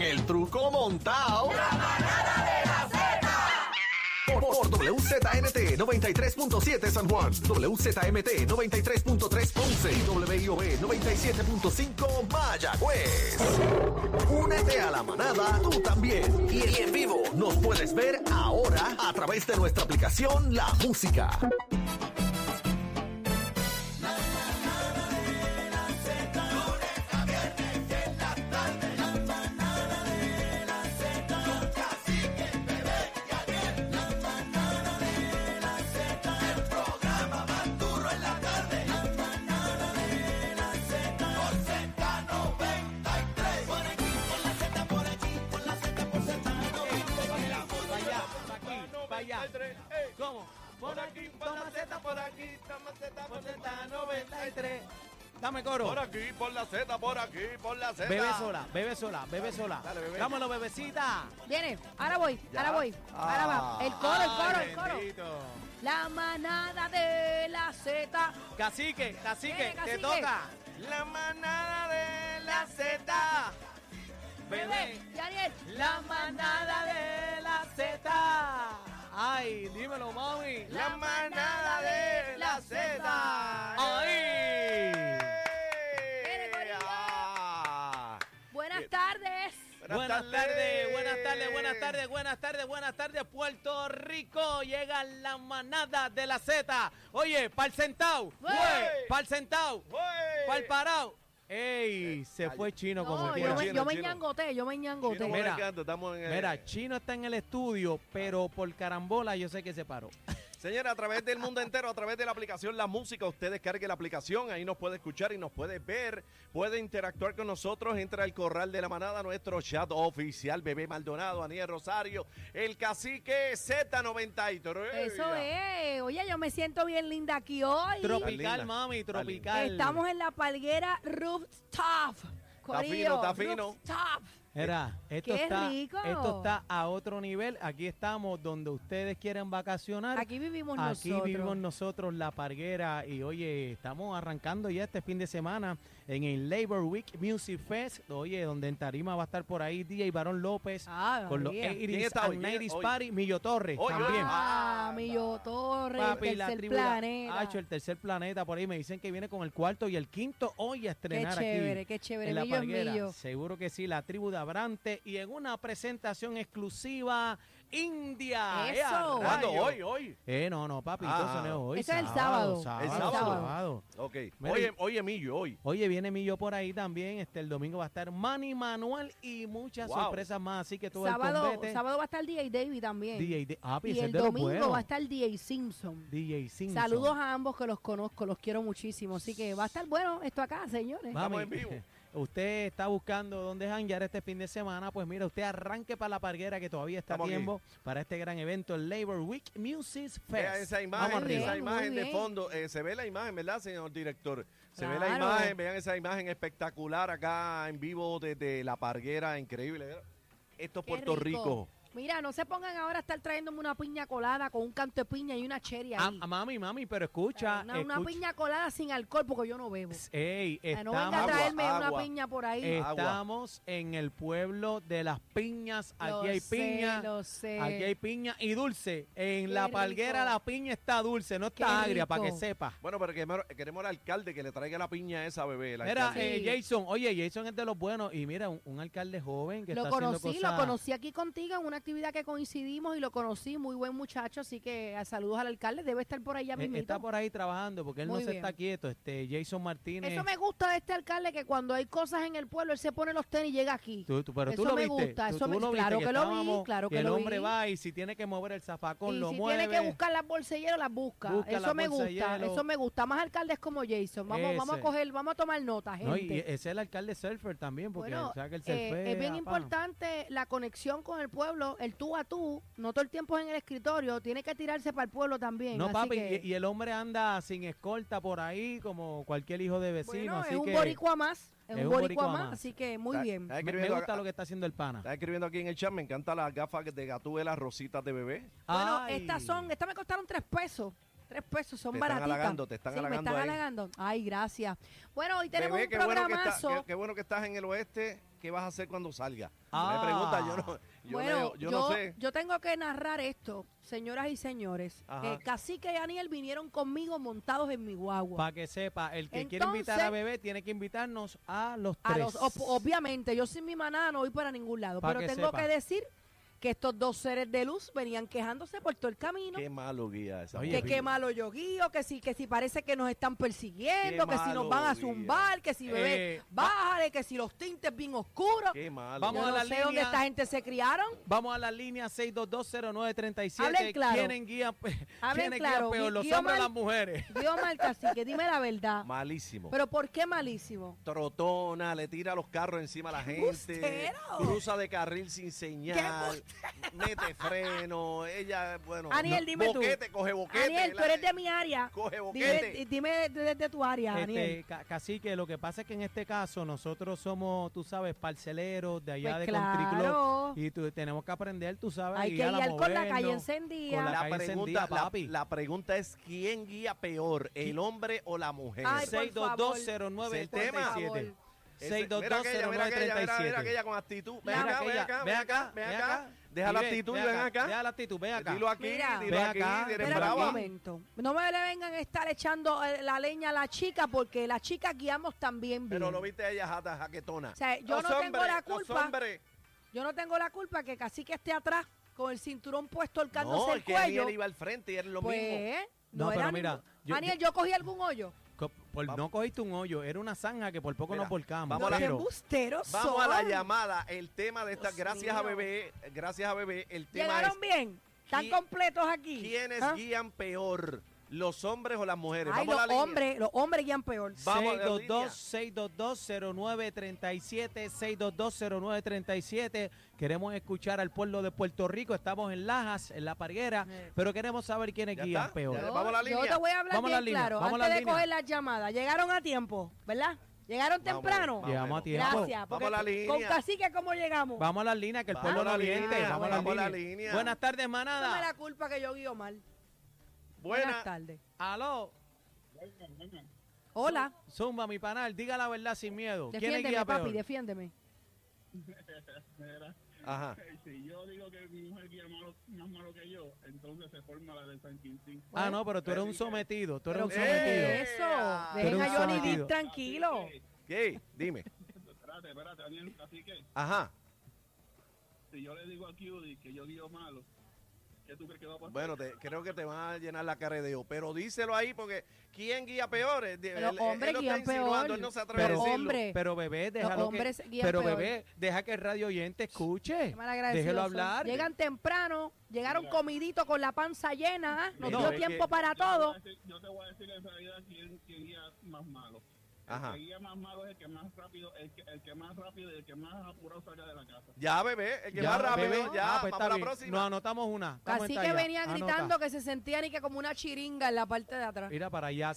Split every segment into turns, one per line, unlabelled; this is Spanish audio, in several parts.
el truco montado. La manada de la Z. Por, por WZNT 93.7 San Juan, WZMT 93.3 Ponce y WIOB 97.5 Mayagüez. Únete a la manada tú también. Y en vivo nos puedes ver ahora a través de nuestra aplicación La Música.
¿Cómo? Por aquí, por la Z, por aquí, toma Z, por Z, 93. Dame coro.
Por aquí, por la Z, por aquí, por la Z.
Bebe sola, bebe sola, bebe sola.
dale, bebé.
Vámonos, bebecita.
Viene, ahora voy, ahora voy. Ahora va. El coro, el coro, el coro. La manada de la Z.
Cacique, cacique,
Viene,
te
cacique.
toca. La manada de la Z.
Bebé, Daniel.
La manada de la Z. Ay, dímelo, mami.
La manada de la Zeta.
Ay.
Viene, corillo.
Ah.
Buenas tardes.
Buenas tardes, buenas tardes, buenas tardes, buenas tardes, buenas tardes, Puerto Rico. Llega la manada de la Z. Oye, pa'l centao,
¡Wey!
pa'l centao,
¡Wey!
pa'l parao. Ey, se fue chino como
No,
quiera.
yo me,
Eh, Chino,
yo me
chino.
ñangoté, yo me ñangoté.
Chino,
Mira,
bueno, que antes estamos en, eh,
Mira, Chino está en el estudio,
Ah.
pero por carambola yo sé que se paró.
Señora, a través del mundo entero, a través de la aplicación La Música, usted descargue la aplicación, ahí nos puede escuchar y nos puede ver, puede interactuar con nosotros, entra al Corral de la Manada, nuestro chat oficial, Bebé Maldonado, Aniel Rosario, el cacique Z93.
Eso es. Oye, yo me siento bien linda aquí hoy.
Tropical,
linda,
mami,
está linda.
tropical.
Estamos en la palguera rooftop. Corillo,
está fino.
Rooftop.
Mira, esto
¡Qué
está,
rico!
esto está a otro nivel. Aquí estamos donde ustedes quieran vacacionar.
Aquí vivimos
Aquí
nosotros.
vivimos nosotros la parguera y oye, estamos arrancando ya este fin de semana en el Labor Week Music Fest, oye, donde en Tarima va a estar por ahí DJ Barón López
Ah,
con los
María.
80s
¿Quién está
and
hoy? ¿Quién-
90s
hoy?
Party, Millo Torres
Hoy, hoy.
también.
Ah, Millo Torres,
Papi, la
tercer
tribu
planeta.
ha hecho el tercer planeta por ahí. Me dicen que viene con el cuarto y el quinto hoy a
qué
estrenar
chévere,
aquí.
qué chévere.
En la
Millo es
Parguera.
Millo.
Seguro que sí, la tribu de Abrante y en una presentación exclusiva India. ¡Eh, a
Eso.
¿Cuándo?
rayos!
Hoy, hoy.
Eh, no, no, papi,
Ah.
eso no es hoy.
Eso es el sábado.
sábado,
El
sábado.
sábado.
sábado.
Ok.
Mira,
Oye,
y-
oye, Millo, hoy.
Oye, viene Millo por ahí también. Este el domingo va a estar Manny Manuel y muchas
Wow.
sorpresas más. Así que todo el
Sábado,
combate.
sábado va a estar DJ David también.
DJ, de- ah,
y
ese es
el
de los
domingo
buenos.
va a estar DJ Simpson.
DJ Simpson.
Saludos a ambos que los conozco, los quiero muchísimo. Así que va a estar bueno esto acá, señores.
Mami,
Estamos en vivo.
Usted está buscando dónde janguear este fin de semana, pues mira, usted arranque para la parguera que todavía está a
Estamos aquí.
tiempo para este gran evento, el Labor Week Music Fest.
Vea esa
Pues, Vamos
imagen,
arriba.
esa
Muy
imagen de
bien.
fondo. Eh, se ve la imagen, ¿verdad, señor director? Se ve la
Claro.
imagen, vean esa imagen espectacular acá en vivo desde La Parguera, increíble. ¿verdad? Esto es
Qué
Puerto Rico.
Mira, no se pongan ahora a estar trayéndome una piña colada con un canto de piña y una cherry
Ah,
ahí.
ah, mami, mami, pero escucha.
una, una
escucha-
piña colada sin alcohol porque yo no bebo.
Ey,
Ah, no
estamos,
venga a
agua,
traerme una
agua.
piña por ahí.
Eh, Agua.
estamos en el pueblo de las piñas.
Lo
Aquí hay
sé,
piña.
lo sé.
Aquí hay piña y dulce. En
Qué
la
rico.
palguera la piña está dulce, no está
Qué
agria,
rico.
para que sepa.
Bueno, pero queremos, queremos al alcalde que le traiga la piña a esa bebé. el
Mira,
alcalde.
eh,
Sí.
Jason, oye, Jason es de los buenos. Y mira, un, un alcalde joven que
lo
está
conocí,
haciendo
lo
cosas.
conocí aquí contigo en una actividad que coincidimos y lo conocí, muy buen muchacho, así que a saludos al alcalde, debe estar por allá
Eh, Está
mismito.
por ahí trabajando porque él no
Muy
se
bien.
está quieto. Este Jason Martínez.
Eso me gusta de este alcalde que cuando hay cosas en el pueblo él se pone los tenis y llega aquí.
Tú- tú- pero tú
Eso
lo
me
viste.
gusta,
tú-
eso
tú
me-
lo viste,
claro
que
que lo vi,
estábamos-
claro
que
que
el
lo
hombre
vi.
va y si tiene que mover el zafacón,
y
lo
si
mueve.
tiene que buscar las bolselleros, las busca.
Busca
eso
las
me gusta,
bolselleros.
eso me gusta. Más alcaldes como Jason. Vamos, vamos
Ese.
a coger, vamos a tomar nota, gente.
No, y ese ah, es el alcalde surfer también, porque
Bueno,
o sea, que el
eh,
surfea,
es bien
pa.
importante la conexión con el pueblo, el tú a tú, no todo el tiempo es en el escritorio, tiene que tirarse para el pueblo también.
No,
así
papi,
que-
y, y el hombre anda sin escolta por ahí, como cualquier hijo de vecino.
bueno,
así
es un
que
boricua más, es, un boricua, más,
más.
así que muy
Está-
bien.
está
me, me
escribiendo
gusta
acá-
lo que está haciendo el pana.
Está escribiendo aquí en el chat, me encantan las gafas de Gatúbela, rositas de bebé.
Bueno,
Ay.
estas son, estas me costaron tres pesos. Tres pesos, son
Te están
baratitas.
halagando, te están
sí,
halagando
me están
ahí.
halagando. Ay, gracias. Bueno, hoy tenemos
bebé,
un
qué bueno, que está-
programazo.
qué- qué bueno que estás en el oeste. qué vas a hacer cuando salga.
Ah.
Me pregunta, yo no, yo
bueno,
leo-
yo,
yo, no sé.
yo tengo que narrar esto, señoras y señores.
Ajá.
Eh, Cacique y Aniel vinieron conmigo montados en mi guagua.
Para que sepa, el que quiere invitar
Entonces-
a bebé tiene que invitarnos a los
A
tres.
los- ob- obviamente, yo sin mi maná no voy para ningún lado.
Pa'
pero
que
tengo
sepa.
que decir que estos dos seres de luz venían quejándose por todo el camino.
Qué malo guía esa.
Oye,
que
vi-
qué malo yo guío, que si, que si parece que nos están persiguiendo,
Qué
que si nos
malo
van a
guía.
zumbar, que si bebé,
Eh,
bájale, que si los tintes bien oscuros.
Qué malo.
Yo
Vamos a
no
la
sé dónde
línea.
esta gente se criaron.
Vamos a la línea 6220937.
Hablen claro.
¿Quieren guía,
Hablen
¿quiénes guían
claro,
peor,
mi
los
guía
hombres o
mal-
las mujeres?
Dios mal cacique, dime la verdad.
Malísimo.
Pero ¿por qué malísimo?
Trotona, le tira los carros encima a la gente.
embustero!
Cruza de carril sin señal. Mete freno. Ella, bueno.
Aniel, dime tú.
boquete, coge boquete.
Daniel, tú
la-
eres de mi área.
Coge boquete.
Dime, di- dime desde tu área, Daniel.
Este, ca- cacique, lo que pasa es que en este caso nosotros somos, tú sabes, parceleros de allá
Pues
de Country Club.
claro.
Y tú- tenemos que aprender, tú sabes,
Hay que
guiar, a
guiar con la calle
movernos. con
encendida.
la
la,
calle
pregunta,
encendida,
la-
papi.
La, pregunta es: ¿quién guía peor, el hombre o la mujer?
Ay, por
Es el tema.
6220937.
Ese- mira aquella, mira aquella, mira, mira
6220937.
aquella con actitud. Ven
Mira
acá, ven
aquella,
acá,
ven acá,
ven
ven
acá.
acá.
Deja la
Y ve,
actitud,
ve
ven acá.
Deja la actitud, ven acá.
Dilo aquí,
Mira.
dilo
Ven
aquí,
acá,
eres
ven
Espera un
brava.
momento. No me le vengan a estar echando eh, la leña a la chica porque las chicas guiamos también bien.
Pero lo viste a ella jata, jaquetona.
O sea, yo
Los
no tengo la
hombres, los
culpa.
hombres.
Yo no tengo la culpa que Cacique esté atrás con el cinturón puesto, holcándose
No,
el
es que Aniel
cuello.
iba al frente y era lo mismo.
Pues, no,
No, pero
era
mira,
ningún-
yo-
Daniel, yo cogí algún hoyo.
Co- por- no cogiste un hoyo, era una zanja que por poco
Mira,
nos volcamos.
vamos a la-
Los
pero-
embusteros
Vamos a la
Pues, son.
llamada. El tema de esta,
Dios
gracias a
mío.
bebé, gracias a bebé, el tema es
Llegaron bien. Están
¿Qui-
completos aquí.
¿quiénes
¿Ah?
guían peor? ¿Los hombres o las mujeres?
Ay,
Vamos a la
los
línea.
hombres, los hombres guían peor.
Vamos a la
622-622-0937, 622-0937. Queremos escuchar al pueblo de Puerto Rico. Estamos en Lajas, en La Parguera,
Sí.
pero queremos saber quiénes
Ya
guían
está,
peor.
Dale,
Yo-
vamos a la
Yo
línea.
te voy a hablar
Vamos a la
bien
línea,
claro.
vamos a
antes
la
de
línea.
coger las llamadas. Llegaron a tiempo, ¿verdad? Llegaron
Vamos,
temprano.
vamos,
Llegamos a
vamos.
tiempo.
Gracias.
Vamos a
porque
la
Con
línea.
cacique, ¿cómo llegamos?
Vamos a las líneas, que el pueblo
Vamos a
no
la
miente.
línea,
Vamos a las
vamos a la
líneas.
línea.
Buenas tardes,
Dame
manada.
la culpa que yo guío mal. Buenas
Buena.
tardes.
Aló.
Hola.
Zumba, mi panal, diga la verdad sin miedo. ¿Quién es
Defiéndeme,
guía
papi,
peor?
defiéndeme.
Mira,
Ajá.
si yo digo que mi mujer guía malo- más malo que yo, entonces se forma la de San Quintín.
Ah,
¿eh?
no, pero tú eres un sometido. Tú eres
Pero
un
¿qué
sometido.
es eso?
Tú
eres
Dejen a
un
Johnny
sometido.
Depp tranquilo.
Así
¿Qué? Dime.
que, espérate, espérate, Daniel. Así que,
Ajá.
si yo le digo a Cudy que yo guío malo, ¿qué tú crees que va a pasar?
Bueno, te- creo que te van a llenar la cara de Dios, pero díselo ahí porque ¿quién guía peor? Eh, de-
Pero
él- él
hombres
lo está
guían peor.
insinuando, él no se atreve a
Pero
decirlo.
hombre.
Pero bebé, déjalo que-
Eh, hombres guían
Pero
peor.
bebé, deja que el radio oyente escuche.
Qué malagradecidos
Déjelo
son.
hablar.
Llegan temprano, llegaron comiditos con la panza llena, ¿ah? nos
No,
dio
es
tiempo
que-
para
Yo te voy a
todo.
decir- Yo te voy a decir en realidad quién, quién guía más malo.
Ajá.
El que guía más malo es el que más rápido, el que, el que más rápido y el que más apurado salga de la casa.
Ya, bebé, el que va rápido,
bebé.
ya,
Ah, pues
vamos
está
a la
bien.
próxima.
Nos anotamos una. Estamos
Así
en
que
talla.
venía
Anota.
gritando que se sentía ni que como una chiringa en la parte de atrás.
Mira para allá,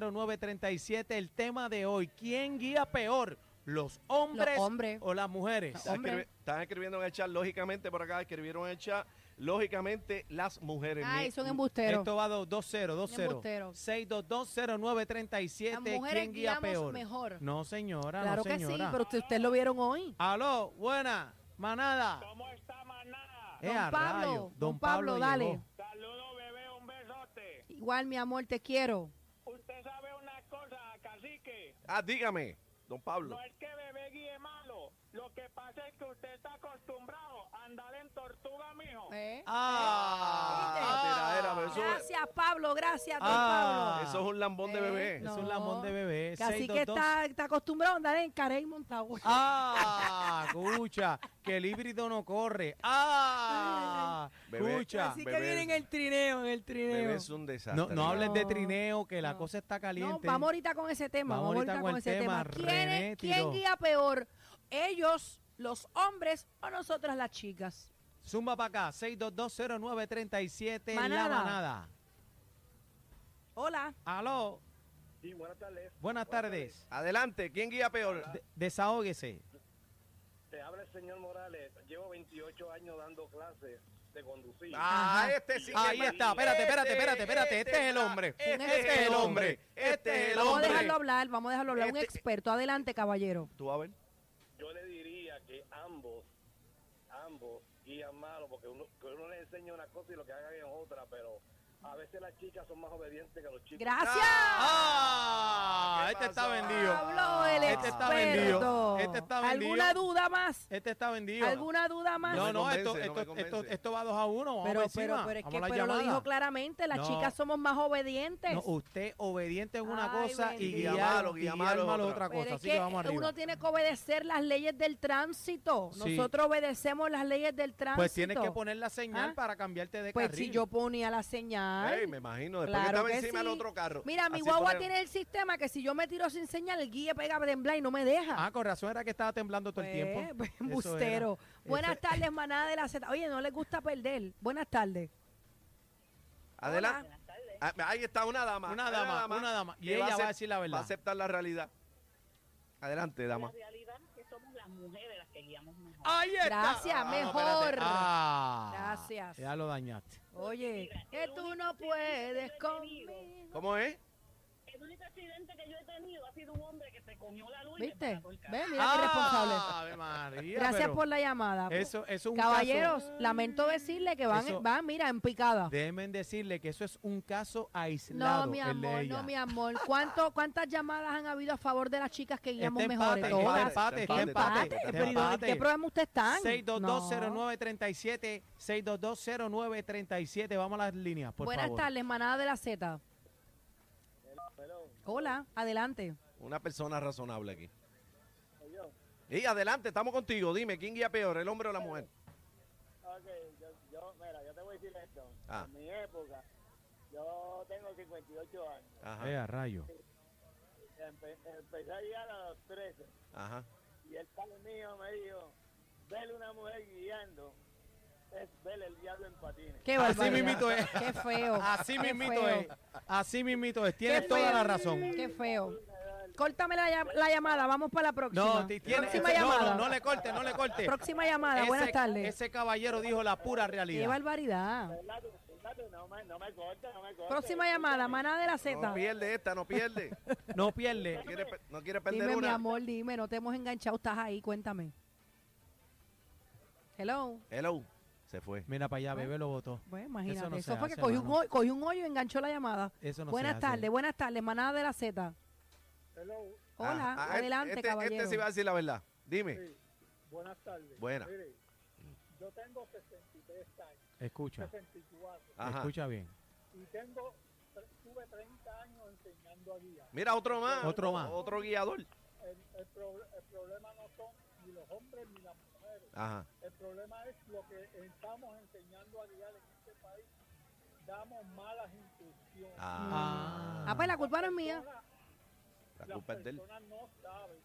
6220937, el tema de hoy. ¿Quién guía peor? ¿Los hombres,
Los hombres.
o las mujeres?
No.
Están
hombre.
escribi- Están escribiendo en el chat, lógicamente, por acá escribieron en el chat, lógicamente, las mujeres.
Ay,
Mi-
son embusteros.
Esto va 2-0,
Embustero.
2-0. 6220937,
Las mujeres
¿quién guía
guiamos
peor?
mejor.
No, señora,
claro
no,
que
señora.
sí, pero usted- ustedes lo vieron hoy.
Aló, buena, manada.
¿Cómo está, maná?
Eh,
Don
a
Pablo,
rayos,
don Pablo, dale.
llegó.
Saludo, bebé, un besote.
Igual, mi amor, te quiero.
Usted sabe una cosa, cacique.
Ah, dígame, don Pablo.
No es que bebé guíe malo. Lo que pasa es que usted está acostumbrado a andar en tortuga, mijo.
¿Eh?
Ah, tiradera, pero eso,
Gracias, Pablo, gracias, don
Ah.
Pablo.
eso es un lambón de
Eh,
bebé.
no.
Es un lamón de bebé.
Así que
622.
está, está acostumbrado a andar en carey montado.
Ah, escucha, que el híbrido no corre. Ah,
Bebé.
escucha.
Así que
bebé.
viene en el trineo, en el
Bebé
trineo.
es un desastre.
No, no hables de trineo, que la
No.
cosa está
No,
caliente.
vamos ahorita con ese tema. Vamos, ahorita con,
el
ese tema.
tema,
¿Quién, es-
René
quién
tiró.
guía peor? ¿Ellos, los hombres o nosotras las chicas?
Zumba para acá, 6220937,
Manada.
la manada.
Hola.
Aló,
Sí, buenas tardes.
buenas tardes.
Adelante, ¿quién guía peor?
De- desahóguese.
Te habla el señor Morales. Llevo 28 años dando clases de conducir.
Ah,
Ajá.
este sí que
Ahí
mal-
está, espérate, espérate,
Este,
espérate, espérate. Este es el hombre.
Este es el hombre. Este es el
Vamos a
hombre.
dejarlo hablar, vamos a dejarlo hablar. Un
Este-
experto, adelante, caballero.
Tú, Abel.
Yo le diría ambos, ambos guían malo, porque uno, que uno les enseña una cosa y lo que hagan es otra, pero a veces las chicas son más obedientes que los chicos.
Gracias.
¡Ah!
¿Qué
Este está
pasó?
vendido.
Habló el
Este está vendido.
experto.
Este está vendido.
¿Alguna duda más?
Este está vendido.
¿Alguna duda más?
No,
No
no,
me
esto,
convence, no me
esto, esto,
convence.
esto va 2 a 1. Vamos
pero,
por
pero,
encima.
pero es que
Vamos a la
pero lo
llamada.
dijo claramente, las
No.
chicas somos más obedientes.
No, usted obediente es una
Ay,
cosa y
bendito.
guiar,
Guía malo, guía
guiar
malo es
malo es
otra.
otra
Pero
cosa.
es
Así que, vamos
que
arriba.
uno tiene que obedecer las leyes del tránsito.
Sí.
Nosotros obedecemos las leyes del tránsito.
Pues tienes que poner la señal
¿Ah?
para cambiarte de
Pues
carril.
si yo ponía la señal.
Ey, me imagino, después
claro
que
que
estaba encima del
sí.
otro carro.
Mira, mi
Así
guagua
ponen-
tiene el sistema que si yo me tiro sin señal, el guía pega a temblar y no me deja.
Ah, con razón era que estaba temblando todo el tiempo.
Pues, pues,
Eso era.
embustero. Buenas
Eso-
tardes, manada de la Z. Oye, no les gusta perder. Buenas tardes.
Adelante. Ah, Ahí está una dama.
Una
Hay
dama, una dama. Y
que
ella va a
acep-
decir la verdad.
Va a aceptar la realidad. Adelante, dama.
La realidad es que somos las mujeres las que guiamos mejor.
Ahí está.
Gracias,
Ah, no,
mejor.
espérate. Ah,
Gracias.
Ya lo dañaste.
Oye, que tú no puedes conmigo.
¿Cómo es?
El único accidente que yo he tenido ha sido un hombre que se comió la luz y me
¿Viste?
paró el carro.
Ve, mira qué responsable.
Ah, Ave María,
Gracias
pero
por la llamada.
Eso, eso es un
Caballeros,
caso-
lamento decirle que van,
Eso-
van, mira, en picada.
Deben decirle que eso es un caso aislado.
No, mi
el de
amor,
ella.
no, mi amor. ¿Cuánto, ¿Cuántas llamadas han habido a favor de las chicas que guiamos
Está
mejor?
Este empate, está
Todas.
empate, está
Empate,
empate, está
pero ¿y dónde-
empate.
¿Qué programa usted está?
6220937, 6220937, vamos a las líneas, por
Buenas
favor.
tardes, manada de la Z. Hola, adelante.
Una persona razonable aquí.
Soy yo.
Y adelante, estamos contigo. Dime, ¿quién guía peor, el hombre o la mujer?
Ok, yo, yo, mira, yo te voy a decir esto.
Ah.
En mi época, yo tengo 58 años.
Eh,
Ajá.
a rayo.
Empe- empecé a guiar a los 13.
Ajá.
Y el padre mío me dijo, verle una mujer guiando es ver el diablo en patines.
Qué
Así
barbaridad.
mismito es.
Qué feo.
Así
Qué
mismito
feo.
es. Así mismito es.
Qué
Tienes toda
feo.
la razón.
Qué feo. Córtame la, llam- la llamada, vamos para la próxima.
No, ti- tienes,
próxima
no,
llamada.
no, no le corte, no le corte.
Próxima llamada, buenas
Ese-
tardes.
Ese caballero dijo la pura
Qué
realidad.
barbaridad.
Espérate, espérate, No me, no me cortes, no me cortes.
Próxima llamada, manada de la Z.
No pierde esta, no pierde.
No
No
pierde.
quiere, pe- no quiere perder
Dime, mi
una.
amor, dime, no te hemos enganchado, estás ahí, cuéntame. Hello.
Hello. Se fue.
Mira para allá, bebé lo votó.
Bueno, imagínate,
Eso
eso,
no se
fue que
hace,
cogió un,
mano.
hoy- cogió un hoyo y enganchó la llamada.
Eso no se
buenas
hace.
tardes, buenas tardes, manada de la Z.
Hello,
Hola,
Ah, ah,
adelante,
este,
caballero.
Este sí va a decir la verdad. Dime.
sí. Buenas tardes.
Buena.
Mire, yo tengo 63 años,
Escucha,
64,
Ajá.
escucha bien.
y tengo, tre- tuve 30 años enseñando a guiar.
Mira, otro más.
Otro más.
Otro guiador.
El, el pro- el problema no son ni los hombres ni las mujeres.
Ajá.
El problema es lo que estamos enseñando a guiar en este país. Damos malas instrucciones.
Ah.
Ah, pues la culpa no es mía. Mm.
La
Ah.
las
culpa es de él.
personas no saben,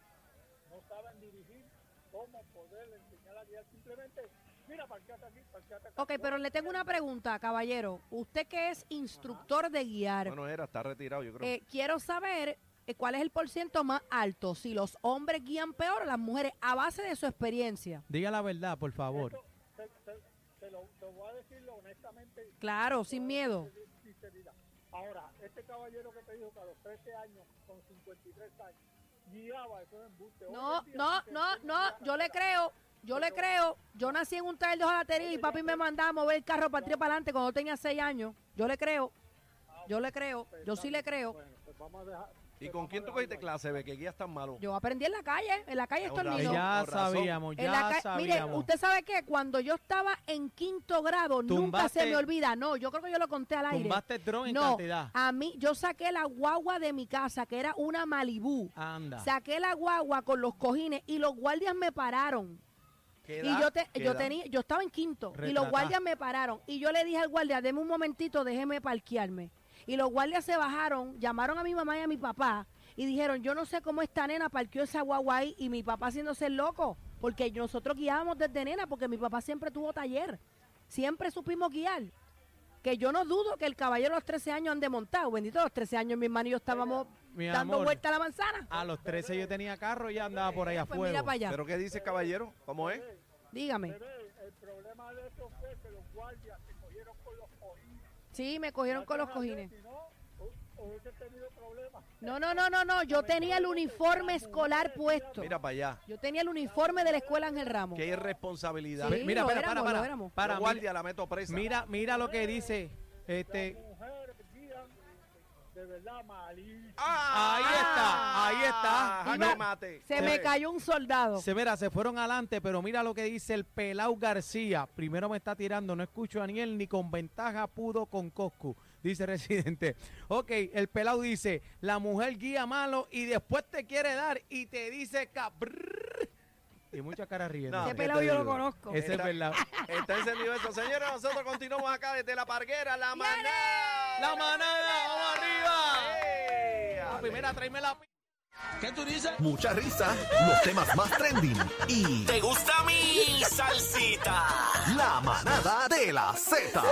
no saben dirigir cómo poder enseñar a guiar. Simplemente, mira, parqueate aquí, parqueate acá.
Ok, pero le tengo una pregunta, caballero. Usted que es instructor de guiar,
Bueno, era, está retirado, yo creo.
eh, quiero saber eh, cuál es el porciento más alto, si los hombres guían peor o las mujeres, a base de su experiencia.
Diga la verdad, por favor.
Te, te- te lo, te voy a decirlo honestamente
Claro, sin miedo.
y sinceridad. Ahora, este caballero que te dijo que a los 13 años, con 53 años, guiaba, eso es embuste. Hoy
No,
en día,
no,
si te
no,
enseñan a
no,
guiar,
yo le creo, yo le creo. Yo nací en un trail de hojalatería y papi me mandaba a mover el carro para atrás y para adelante cuando tenía seis años. Yo le creo, yo le creo, yo sí le creo.
Bueno, pues vamos a dejar.
¿Y con quién tú cogiste clase, ve? Que guías tan malo.
Yo aprendí en la calle, en la calle
Es un
estornido.
no,
Eh, Ya
con razón.
sabíamos,
En la
ya
ca- Mire,
sabíamos.
usted sabe que cuando yo estaba en quinto grado, nunca
Tumbaste-
se me olvida. No, yo creo que yo lo conté al aire.
Tumbaste el dron en
no,
cantidad.
a mí, yo saqué la guagua de mi casa, que era una Malibú.
Anda.
Saqué la guagua con los cojines y los guardias me pararon.
¿Qué
Y
edad?
yo, te-
¿Qué
yo
edad?
tenía, yo estaba en quinto y los
Retratá.
guardias me pararon y yo le dije al guardia, deme un momentito, déjeme parquearme. Y los guardias se bajaron, llamaron a mi mamá y a mi papá y dijeron, yo no sé cómo esta nena parqueó esa guagua ahí y mi papá haciéndose el loco, porque nosotros guiábamos desde nena, porque mi papá siempre tuvo taller, siempre supimos guiar. Que yo no dudo que el caballero a los 13 años ande montado, bendito, a los 13 años mi hermano y yo estábamos
Mi
dando
amor.
vuelta a la manzana.
A los 13 yo tenía carro y ya andaba por ahí a
Pues
fuego.
mira para allá,
¿Pero qué dice, caballero? ¿Cómo es?
dígame.
Bebé, el problema de eso fue que los guardias se cogieron con los cojines.
Sí, me cogieron con los
Gracias a Dios,
cojines.
Si no,
hubiese tenido problemas.
No, no, no, no, no. Yo tenía el uniforme escolar puesto.
Mira para allá.
Yo tenía el uniforme de la escuela Ángel Ramos.
Qué irresponsabilidad.
Sí,
mira,
lo
para,
éramos,
para,
lo
para,
éramos.
para,
la
mira-
guardia la meto presa.
Mira, mira lo que dice. Este,
Mujeres guían de verdad malísimo.
Ah, Eh,
Ahí está, ahí está.
Ajá,
Iba-
que mate.
Se me cayó un soldado.
se mira, se fueron adelante, pero mira lo que dice el Pelau García. Primero me está tirando, no escucho a Daniel ni con ventaja pudo con Coscu, dice Residente. Ok, el Pelau dice, la mujer guía malo y después te quiere dar y te dice cabrr. Y mucha cara riendo.
No, eh,
Ese
¿qué
pelado
te
yo lo
digo?
conozco.
Ese es verdad.
Está encendido eso. Señores, nosotros continuamos acá desde la parguera, la manada.
La manada, vamos arriba.
¡Ey!
La primera, tráeme la...
Mucha risa, los temas más trending y
¿Te gusta mi salsita?
la manada de la Z.